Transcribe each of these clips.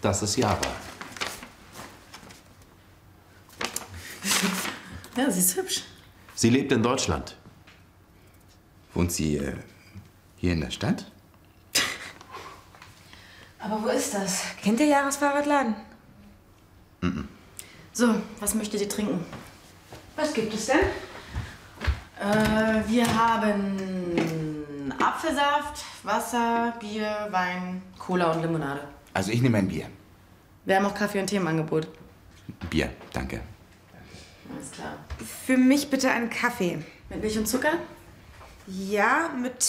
Das ist Java. Ja, sie ist hübsch. Sie lebt in Deutschland. Wohnt sie äh, hier in der Stadt? Aber wo ist das? Kennt ihr Jahresfahrradladen? So, was möchtet ihr trinken? Was gibt es denn? Äh, wir haben Apfelsaft, Wasser, Bier, Wein, Cola und Limonade. Also ich nehme ein Bier. Wir haben auch Kaffee und Tee im Angebot. Bier, danke. Alles klar. Für mich bitte einen Kaffee. Mit Milch und Zucker? Ja, mit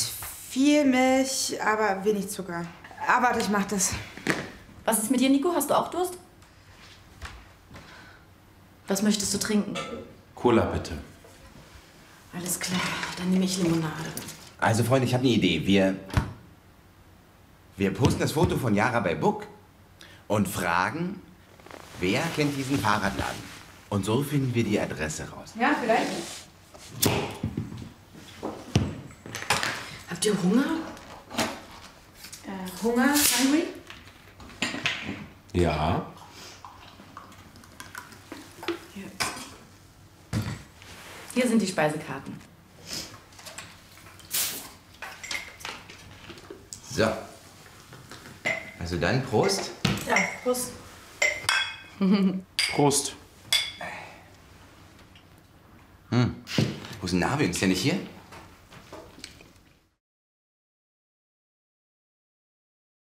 viel Milch, aber wenig Zucker. Aber warte, ich mach das. Was ist mit dir, Nico? Hast du auch Durst? Was möchtest du trinken? Cola bitte. Alles klar, dann nehme ich Limonade. Also Freunde, ich habe eine Idee. Wir wir posten das Foto von Yara bei Book und fragen, wer kennt diesen Fahrradladen? Und so finden wir die Adresse raus. Ja, vielleicht. Habt ihr Hunger? Hunger, hungry? Ja. Hier sind die Speisekarten. So. Also dann Prost. Ja, Prost. Prost. Hm. Wo ist Navi? Ist der nicht hier?